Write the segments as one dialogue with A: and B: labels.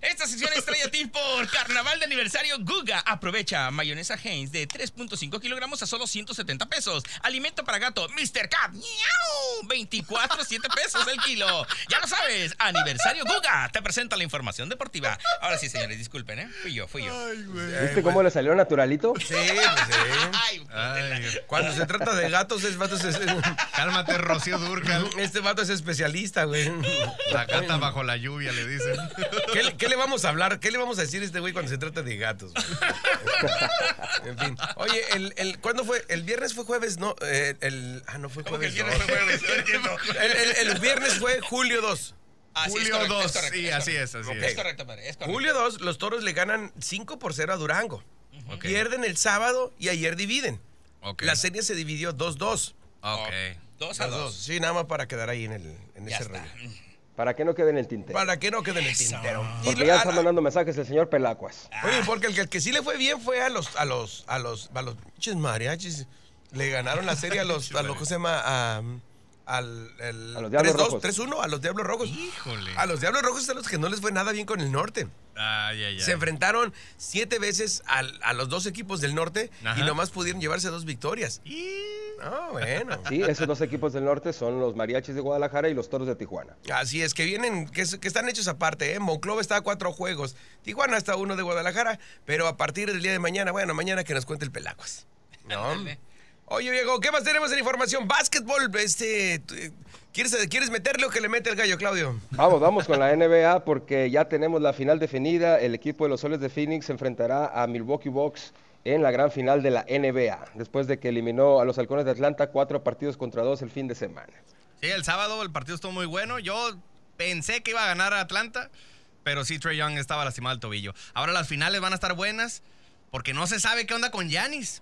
A: Esta sección estrella team por carnaval de aniversario Guga. Aprovecha mayonesa Heinz de 3.5 kilogramos a solo 170 pesos. Alimento para gato Mr. Cat. ¡Miau! 24, 7 pesos el kilo. Ya lo sabes, aniversario Guga. Te presenta la información deportiva. Ahora sí, señores, disculpen, ¿eh? Fui yo, fui yo.
B: Ay, güey.
C: ¿Viste cómo le salió naturalito?
B: Sí, pues, sí.
A: Ay,
B: Ay, cuando se trata de gatos, es vato es, es-
D: Cálmate, Rocío Durcal.
B: este vato es especialista, güey.
D: La gata bajo la lluvia, le dicen.
B: ¿Qué, le- qué le vamos a hablar? ¿Qué le vamos a decir a este güey cuando se trata de gatos? güey? en fin. Oye, el, el, ¿cuándo fue? ¿El viernes fue jueves? No, eh, el, ah, no fue
A: ¿Cómo que el viernes
B: jueves. no.
A: fue jueves? No entiendo.
B: El, el- el viernes fue julio 2.
A: Así es,
D: Julio
A: correcto, es
D: 2.
A: correcto,
D: Sí,
A: es
D: así
A: correcto.
D: es, así
B: Ok.
A: Es
D: es.
A: correcto, padre, es correcto.
B: Julio 2, los toros le ganan 5 por 0 a Durango.
D: Ok.
B: Pierden el sábado y ayer dividen.
D: Ok.
B: La serie se Oh. dividió 2-2.
D: Ok.
A: Dos a
B: Las
A: dos.
B: Sí, nada más para quedar ahí en, el, en
A: Ya
B: ese
A: está.
B: rollo.
C: Para que no quede en el tinte.
B: Para que no quede en el
A: Eso.
B: tintero. Y
C: Este, Porque
B: lo-
C: ya
B: a-
C: está mandando mensajes el señor Pelacuas.
B: Oye, porque el que, el que sí le fue bien fue a los, a los, a los, a los pinches mariachis. Le ganaron la serie a los, a los, ¿cómo se llama? A, al, el,
C: A los Diablos
B: 3-2,
C: Rojos.
B: 3-1, a los Diablos Rojos.
D: Híjole.
B: A los Diablos Rojos es a los que no les fue nada bien con el norte.
D: Ay, ay, ay.
B: Se enfrentaron siete veces al- a los dos equipos del norte
D: Ajá.
B: y nomás pudieron llevarse dos victorias. Ah, bueno.
C: Sí, esos dos equipos del norte son los mariachis de Guadalajara y los toros de Tijuana.
B: Así es, que vienen, que, es- que están hechos aparte, ¿eh? Monclova está a cuatro juegos, Tijuana está a uno de Guadalajara, pero a partir del día de mañana, bueno, mañana que nos cuente el Pelacuas. ¿no?
A: Ándale.
B: Oye, Diego, ¿qué más tenemos en información? Básquetbol, este, tú, eh, ¿quieres, ¿quieres meterle o que le mete el gallo, Claudio?
C: Vamos, vamos con la NBA porque ya tenemos la final definida. El equipo de los Soles de Phoenix se enfrentará a Milwaukee Bucks en la gran final de la NBA, después de que eliminó a los Halcones de Atlanta cuatro partidos contra dos el fin de semana.
D: Sí, el sábado el partido estuvo muy bueno. Yo pensé que iba a ganar a Atlanta, pero sí, Trey Young estaba lastimado el tobillo. Ahora las finales van a estar buenas porque no se sabe qué onda con Yanis.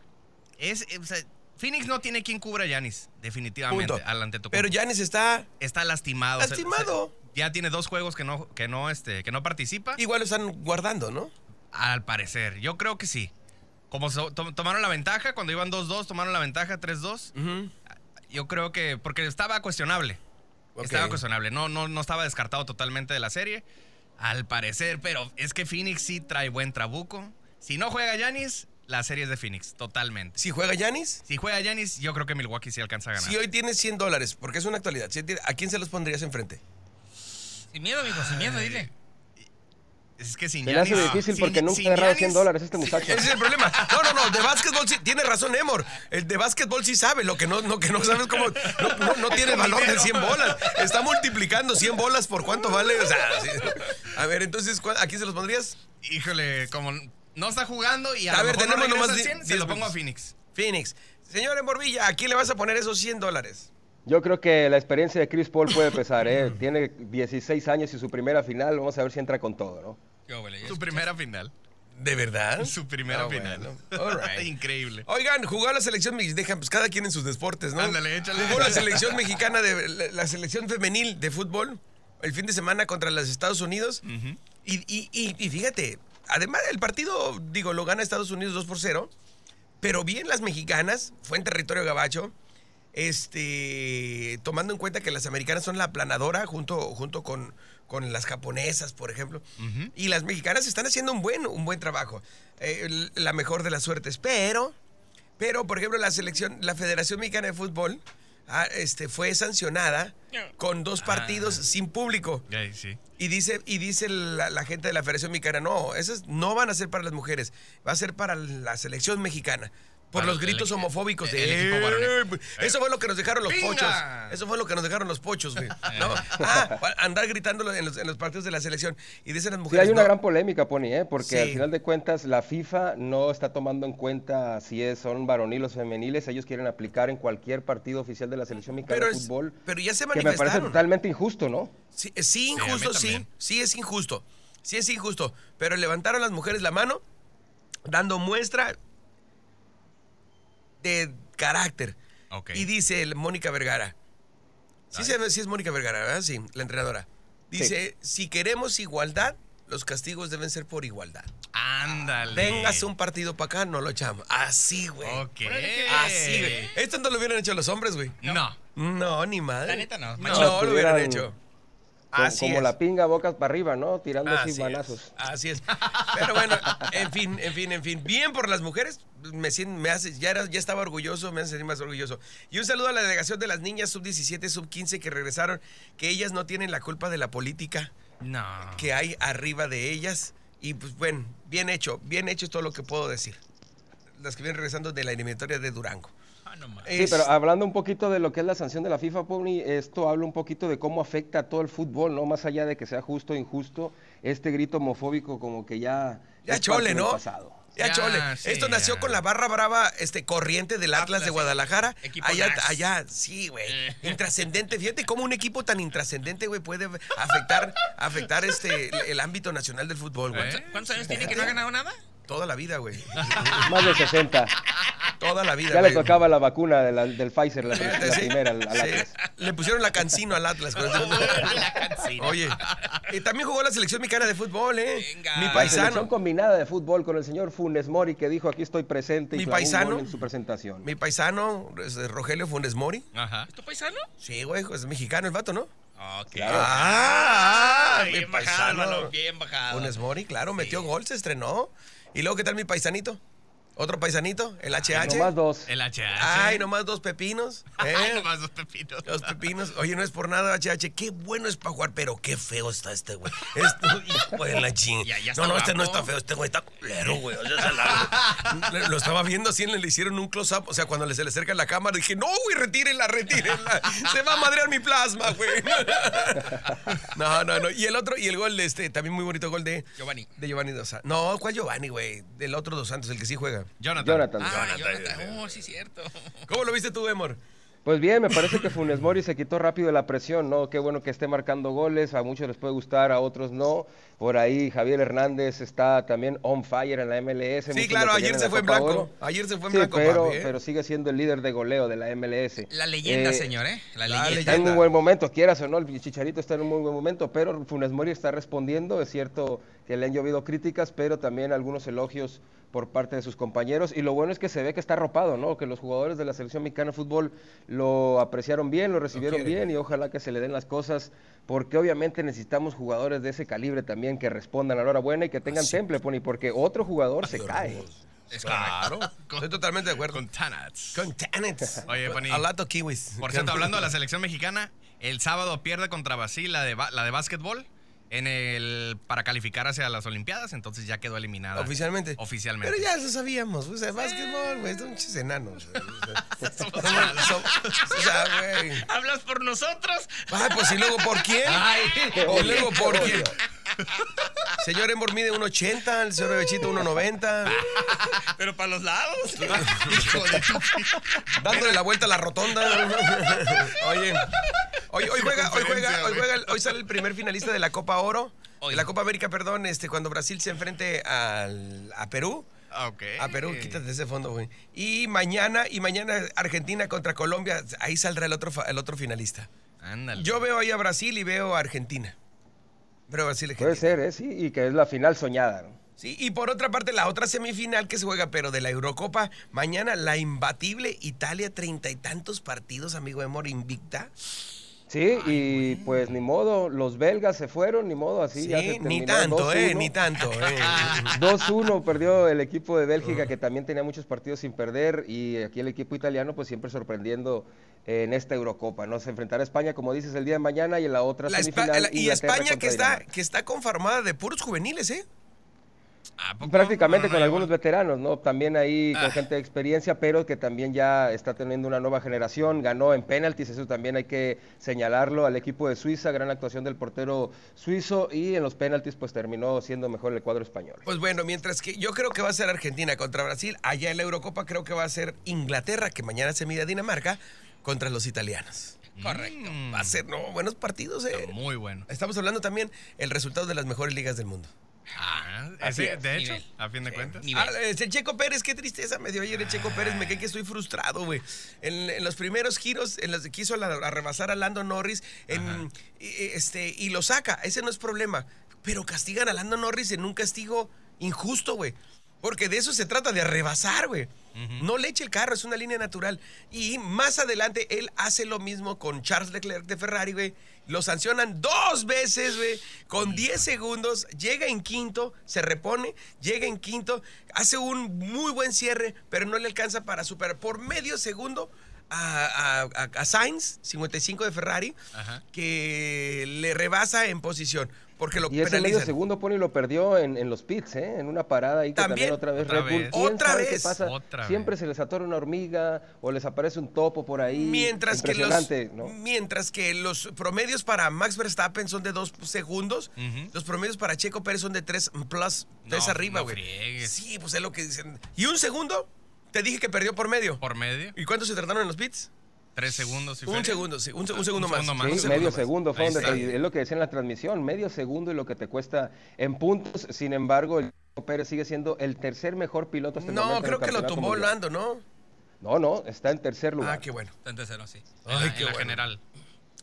D: Es, eh, o sea, Phoenix no tiene quien cubra a Yanis, definitivamente,
B: Punto.
D: al Antetokounmpo.
B: Pero Yanis está,
D: está lastimado. o sea,
B: Lastimado.
D: se- ya tiene dos juegos que no, que no, este, que no participa.
B: igual lo están guardando, ¿no?
D: Al parecer, yo creo que sí. Como so- to- tomaron la ventaja, cuando iban 2-2, tomaron la ventaja 3-2. Yo creo que, porque estaba cuestionable.
B: Ok.
D: Estaba cuestionable. No, no, no estaba descartado totalmente de la serie. Al parecer, pero es que Phoenix sí trae buen trabuco. Si no juega Yanis, la serie es de Phoenix, totalmente.
B: Si juega Yanis,
D: Si juega Yanis, yo creo que Milwaukee sí alcanza a ganar.
B: si hoy tienes 100 dólares, porque es una actualidad, si hoy tiene- ¿a quién se los pondrías enfrente?
A: Sin miedo, amigo, sin miedo, dile.
D: es que sin
C: Se le hace
D: Giannis-
C: difícil
D: sin-
C: porque nunca ha
D: sin
C: agarrado
D: Giannis-
C: 100 dólares este muchacho.
B: Ese es el problema. No, no, no, de básquetbol sí, tiene razón Emor. El de básquetbol sí sabe, lo que no, no, que no sabes cómo, no, no- no tiene el valor de 100 bolas. Está multiplicando 100 bolas por cuánto vale. O sea, sí. A ver, entonces, ¿cuál- ¿aquí se los pondrías?
D: Híjole, como no está jugando y a,
B: A
D: lo
B: ver,
D: mejor
B: tenemos
D: no regresa
B: nomás
D: al
B: di-
D: 100, se
B: diez
D: lo pongo a
B: minutos.
D: Phoenix.
B: Phoenix. Señor Emor Villa, ¿a quién le vas a poner esos 100 dólares?
C: Yo creo que la experiencia de Chris Paul puede pesar, ¿eh? Tiene 16 años y su primera final, vamos a ver si entra con todo, ¿no?
A: Qué óvole, ya
D: Su primera final.
B: ¿De verdad?
D: Su primera
B: Ah,
D: final.
B: bueno. All right.
D: Increíble.
B: Oigan, jugó la selección mexicana, dejan pues cada quien en sus deportes, ¿no?
D: Ándale, échale.
B: Jugó la selección mexicana de la, la selección femenil de fútbol el fin de semana contra los Estados Unidos. y, y- y- y fíjate, además el partido, digo, lo gana Estados Unidos 2 por 0, pero bien las mexicanas, fue en territorio gabacho. Este, tomando en cuenta que las americanas son la aplanadora junto, junto con, con las japonesas, por ejemplo. Y las mexicanas están haciendo un buen, un buen trabajo. Eh, el- la mejor de las suertes. Pero pero, por ejemplo, la selección, la Federación Mexicana de Fútbol ah, este, fue sancionada con dos partidos sin público.
D: Ay, sí.
B: Y dice, y dice la, la gente de la Federación Mexicana, no, esas no van a ser para las mujeres, va a ser para la selección mexicana. Por
D: Para
B: los
D: el
B: gritos
D: equi-
B: homofóbicos de pues,
D: el equipo varonil. Eh.
B: Eso fue lo que nos dejaron los
D: ¡Pinga!
B: pochos. Eso fue lo que nos dejaron los pochos, güey. ¿no? Ah, pa- andar gritando en los, en los partidos de la selección. Y dicen las
C: Sí,
B: mujeres.
C: hay una
B: Pues "No".
C: gran polémica, Pony, ¿eh? porque al
B: Sí.
C: final de cuentas la FIFA no está tomando en cuenta si es, son varoniles o femeniles. Ellos quieren aplicar en cualquier partido oficial de la selección mexicana
B: Pero
C: de
B: es-
C: fútbol.
B: pero ya se
C: Que me parece
B: manifestaron.
C: totalmente injusto, ¿no?
B: Sí, eh, sí,
D: a mí
B: injusto, sí.
D: también.
B: Sí, es injusto. Sí, es injusto. Pero levantaron las mujeres la mano, dando muestra de carácter.
D: Ok.
B: Y dice el Mónica Vergara. Sí,
D: Dale.
B: se- sí es Mónica Vergara, ¿verdad? Sí, la entrenadora. Dice, si queremos igualdad, los castigos deben ser por igualdad.
A: Ah.
D: Ándale.
B: Véngase un partido para acá, no lo echamos. Así, güey.
D: Ok.
B: Así, güey. Esto no lo hubieran hecho los hombres, güey.
D: No.
B: No, ni madre.
A: La neta no.
B: No, lo hubieran
C: Estuvieran-
B: hecho. Así
C: como
B: es.
C: la pinga, bocas para arriba, ¿no? Tirando así,
B: Así es,
C: manazos.
B: así es. Pero bueno, en fin, en fin, en fin. Bien por las mujeres, me, sien- me hace, ya, era- ya estaba orgulloso, me hace sentir más orgulloso. Y un saludo a la delegación de las niñas sub-17, sub-15 que regresaron, que ellas no tienen la culpa de la política
D: No.
B: que hay arriba de ellas. Y pues bueno, bien hecho, bien hecho es todo lo que puedo decir. Las que vienen regresando de la eliminatoria de Durango.
A: Ah, no mames.
B: Es-
C: Sí, pero hablando un poquito de lo que es la sanción de la FIFA, Pony, esto habla un poquito de cómo afecta a todo el fútbol, ¿no? Más allá de que sea justo o injusto, este grito homofóbico como que ya...
B: Ya
C: es parte
B: chole,
C: del
B: ¿no?
C: pasado.
B: Ya,
A: Ah,
D: Ya,
B: chole.
D: sí,
B: Esto nació
D: ya.
B: con la barra brava este, corriente del Atlas
A: Atlas,
B: de
A: sí.
B: Guadalajara.
A: Equipo Eh.
B: Allá,
A: Nats.
B: allá, sí, güey. Intrascendente. Fíjate cómo un equipo tan intrascendente, güey, puede afectar, afectar este, el- el ámbito nacional del fútbol, güey.
D: ¿Eh?
A: ¿Cuántos años tiene que no ha ganado nada?
B: Toda la vida, güey.
C: Más de 60.
B: Toda la vida,
C: Ya le
B: güey.
C: tocaba la vacuna de la- del Pfizer, la, pri-
B: Fíjate,
C: la
B: sí.
C: primera. al- al
B: Sí.
C: Atlas.
B: Le pusieron la cancino al Atlas. güey.
A: La cancina.
B: Oye, eh, también jugó la selección mexicana de fútbol, ¿eh?
A: Venga.
B: Mi
A: La
C: La selección
B: paisano.
C: combinada de fútbol con el señor Funes Mori que dijo aquí estoy presente y
B: Mi
C: clavó un
B: paisano.
C: gol en su presentación.
B: Mi paisano, este, Rogelio Funes Mori.
D: Ajá.
A: ¿Es tu paisano?
B: Sí, güey, es mexicano el vato, ¿no?
A: Ok.
B: Ah,
A: Ay,
B: mi
A: bien bajado,
B: paisano.
A: Lalo, bien
C: Ah,
A: bajado.
B: Funes Mori, claro, metió gol, se estrenó. ¿Y luego qué tal mi paisanito? ¿Otro paisanito? ¿El HH?
C: Nomás dos.
D: El HH.
B: Ay,
A: Ah,
B: nomás dos pepinos. ¿eh?
D: Ay, nomás dos pepitos.
B: Dos pepinos. Oye, no es por nada, HH. Qué bueno es para jugar, pero qué feo está este güey. Este, hijo de la ching.
A: Ya, ya está
B: No, no, este no
A: guapo.
B: está feo, este güey está culero, güey. O sea, se la- Le- Lo estaba viendo así, le le hicieron un close-up. O sea, cuando le- se le acerca la cámara, dije, no, güey, retírenla, retírenla. Se va a madrear mi plasma, güey. No, no, no. Y el otro, y el gol de este, también muy bonito gol de.
A: Giovanni.
B: De Giovanni Dos Santos. No, ¿cuál Giovanni, güey? Del otro Dos Santos, el que sí juega.
D: Jonathan.
C: Jonathan.
A: Ah, Jonathan. Oh, sí, cierto.
B: ¿Cómo lo viste tú, Emor?
C: Pues bien, me parece que Funes Mori se quitó rápido la presión, ¿no? Qué bueno que esté marcando goles, a muchos les puede gustar, a otros no. Por ahí Javier Hernández está también on fire en la MLS. muchos lo
B: claro,
C: querían
B: ayer
C: en
B: se
C: la
B: fue en
C: Copa
B: blanco,
C: Oro.
B: ayer se fue en
C: Sí,
B: blanco,
C: pero,
B: papi, ¿eh?
C: pero sigue siendo el líder de goleo de la MLS.
A: La leyenda,
C: Eh,
A: señor, ¿eh? La
B: la
A: leyenda.
B: leyenda.
C: Está en un buen momento, quieras o no, el Chicharito está en un muy buen momento, pero Funes Mori está respondiendo, es cierto que le han llovido críticas, pero también algunos elogios por parte de sus compañeros y lo bueno es que se ve que está arropado, ¿no? Que los jugadores de la selección mexicana de fútbol lo apreciaron bien, lo recibieron bien y ojalá que se le den las cosas porque obviamente necesitamos jugadores de ese calibre también que respondan a la hora buena y que tengan temple, Pony, porque otro jugador se cae.
A: Es
D: Claro.
B: Estoy totalmente de acuerdo.
D: Con Tanats.
B: Con Tanets.
D: Oye, Pony.
B: Al lato kiwis.
D: Por cierto, hablando de la selección mexicana, el sábado pierde contra Brasil la de, ba- la de básquetbol en el, para calificar hacia las Olimpiadas, entonces ya quedó eliminada.
B: Oficialmente.
D: Oficialmente.
B: Pero ya lo sabíamos. O sea, básquetbol, güey. Son muchos enanos. güey, o sea.
D: Somos
B: Son- son- o sea, güey.
A: ¿Hablas por nosotros?
B: Ay, pues y luego, ¿por quién? y luego, ¿por quién? Señor Embor mide 1.80, el señor Bechito 1.90.
A: Pero para los lados.
B: Dándole la vuelta a la rotonda. Oye. Hoy, hoy juega, hoy juega, hoy juega, hoy sale el primer finalista de la Copa Oro.
A: Hoy.
B: De la Copa América, perdón, este, cuando Brasil se enfrente al- a Perú.
D: Ah, ok.
B: A Perú, quítate ese fondo, güey. Y mañana, y mañana Argentina contra Colombia, ahí saldrá el otro, fa- el otro finalista.
D: Ándale.
B: Yo veo ahí a Brasil y veo a Argentina. Pero Brasil y
C: Puede
B: Argentina.
C: ser, ¿eh? Sí, y que es la final soñada, ¿no?
B: Sí, y por otra parte, la otra semifinal que se juega, pero de la Eurocopa, mañana la imbatible Italia, treinta y tantos partidos, amigo de Mor, invicta.
C: Sí, y pues ni modo, los belgas se fueron, ni modo, así
B: Sí,
C: ya se
B: ni
C: terminó
B: tanto, eh,
C: 2-1.
B: ni tanto, eh.
C: 2-1 perdió el equipo de Bélgica que también tenía muchos partidos sin perder y aquí el equipo italiano pues siempre sorprendiendo en esta Eurocopa, ¿no? Se enfrentará a España como dices el día de mañana y en la otra
B: La Espa-
C: semifinal
B: la- y
C: Inglaterra
B: España que
C: contra
B: está,
C: Dinamarca.
B: que está conformada de puros juveniles, ¿eh?
D: ¿A poco? No,
C: prácticamente
D: no,
C: con
D: no,
C: algunos veteranos, ¿no? También ahí con
D: Ah.
C: gente de experiencia, pero que también ya está teniendo una nueva generación, ganó en penaltis, eso también hay que señalarlo al equipo de Suiza, gran actuación del portero suizo y en los penaltis pues terminó siendo mejor el cuadro español.
B: Pues bueno, mientras que yo creo que va a ser Argentina contra Brasil, allá en la Eurocopa creo que va a ser Inglaterra, que mañana se mide a Dinamarca, contra los italianos.
A: Correcto.
D: Mm.
B: Va a ser, no, buenos partidos,
D: Está
B: eh.
D: Muy bueno.
B: Estamos hablando también el resultado de las mejores ligas del mundo.
D: Ah,
C: Así
D: ese-
C: es.
D: de hecho,
A: Nivel.
D: a fin de cuentas.
A: Nivel.
B: Ah, es el Checo Pérez, qué tristeza me dio ayer el Checo Pérez, me cae que estoy frustrado, güey. En, en los primeros giros, en los que quiso la- a rebasar a Lando Norris, en- y, y, este, y lo saca, ese no es problema. Pero castigan a Lando Norris en un castigo injusto, güey. Porque de eso se trata, de rebasar, güey. No le eche el carro, es una línea natural. Y más adelante él hace lo mismo con Charles Leclerc de Ferrari, güey. Lo sancionan dos veces, güey. Con 10 segundos, llega en quinto, se repone, llega en quinto, hace un muy buen cierre, pero no le alcanza para superar por medio segundo a, a- a- a Sainz, 55 de Ferrari,
D: Ajá.
B: que le rebasa en posición, porque lo
C: Y ese medio
B: penalizan.
C: segundo, Pony, lo perdió en, en los pits, ¿eh? En una parada ahí que
B: También,
C: también, otra vez
D: otra
C: Red Bull.
D: vez.
C: ¿Quién
B: Otra
C: sabe qué
B: vez,
C: pasa?
D: otra
C: Siempre
D: vez.
C: se les atora una hormiga o les aparece un topo por ahí.
B: Mientras que, los,
C: Impresionante, ¿no?
B: mientras que los promedios para Max Verstappen son de dos segundos,
D: Ujú.
B: los promedios para Checo Pérez son de tres plus,
D: No,
B: tres arriba,
D: no
B: güey.
D: friegues.
B: sí, pues es lo que dicen. ¿Y un segundo? Te dije que perdió por medio.
D: Por medio.
B: ¿Y cuántos se trataron en los pits?
D: Tres segundos. y
B: un
D: feria.
B: segundo, sí, un, se- un segundo más.
D: segundo
C: Sí,
D: más.
B: un
C: medio
B: más.
C: segundo fue
D: Ahí
C: donde
D: está.
C: te- es lo que decía en la transmisión, medio segundo y lo que te cuesta en puntos. Sin embargo, el Checo Pérez sigue siendo el tercer mejor piloto hasta el
B: No,
C: momento en el
B: creo que lo
C: campeonato
B: tumbó
C: mundial.
B: Lando, ¿no?
C: No, no, está en tercer lugar.
B: Ah, qué bueno.
D: Está en tercero, sí.
B: Ay,
D: en la,
B: qué
D: en la
B: bueno.
D: general.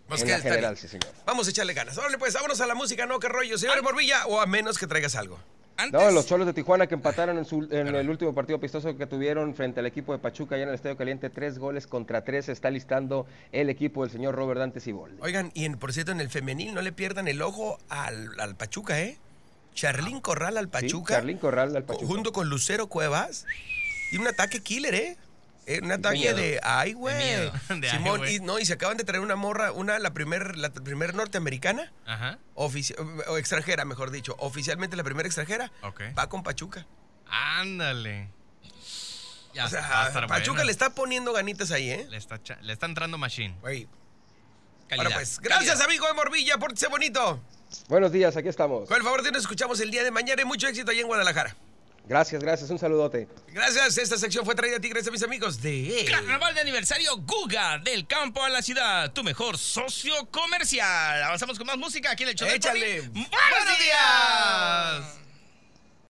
B: Pues
C: en
B: que
C: la
B: está
C: general,
B: bien.
C: sí, señor.
B: Vamos a echarle ganas. Órale, pues, vámonos a la música, no, qué rollo. Señor Morbilla, o a menos que traigas algo.
A: Antes,
C: No, los Cholos de Tijuana que empataron en, su- en el último partido pistoso que tuvieron frente al equipo de Pachuca allá en el Estadio Caliente, tres goles contra tres, está listando el equipo del señor Robert Dante Siboldi.
B: Oigan, y en, por cierto, en el femenil no le pierdan el ojo al, al Pachuca, ¿eh? Charlín Corral al Pachuca.
C: Charlín Corral al
B: co-
C: Pachuca.
B: Junto con Lucero Cuevas. Y un ataque killer, ¿eh? Eh, Un ataque
C: miedo.
B: de, ay, güey.
D: miedo. De, ay,
B: Simón,
D: güey.
B: y, no, y se acaban de traer una morra, una, la primer, la primer norteamericana,
D: Ajá.
B: ofici- o extranjera, mejor dicho, oficialmente la primera extranjera,
D: Ok.
B: va con Pachuca.
D: Ándale. Ya
B: O sea,
D: va a estar
B: Pachuca
D: bueno.
B: le está poniendo ganitas ahí, ¿eh?
D: Le está, cha- le está entrando machine.
B: Güey.
A: calidad.
B: Ahora, pues, gracias,
A: Calidad.
B: amigo de Morbilla, por ser bonito.
C: Buenos días, aquí estamos.
B: Con el favor de Dios, nos escuchamos el día de mañana y mucho éxito allá en Guadalajara.
C: Gracias, gracias, un saludote.
B: Gracias, esta sección fue traída a ti gracias a mis amigos de...
A: Carnaval de aniversario Guga, del campo a la ciudad, tu mejor socio comercial. Avanzamos con más música aquí en el show. del
B: Échale.
A: Poli.
B: Buenos
A: ¡Buenos días!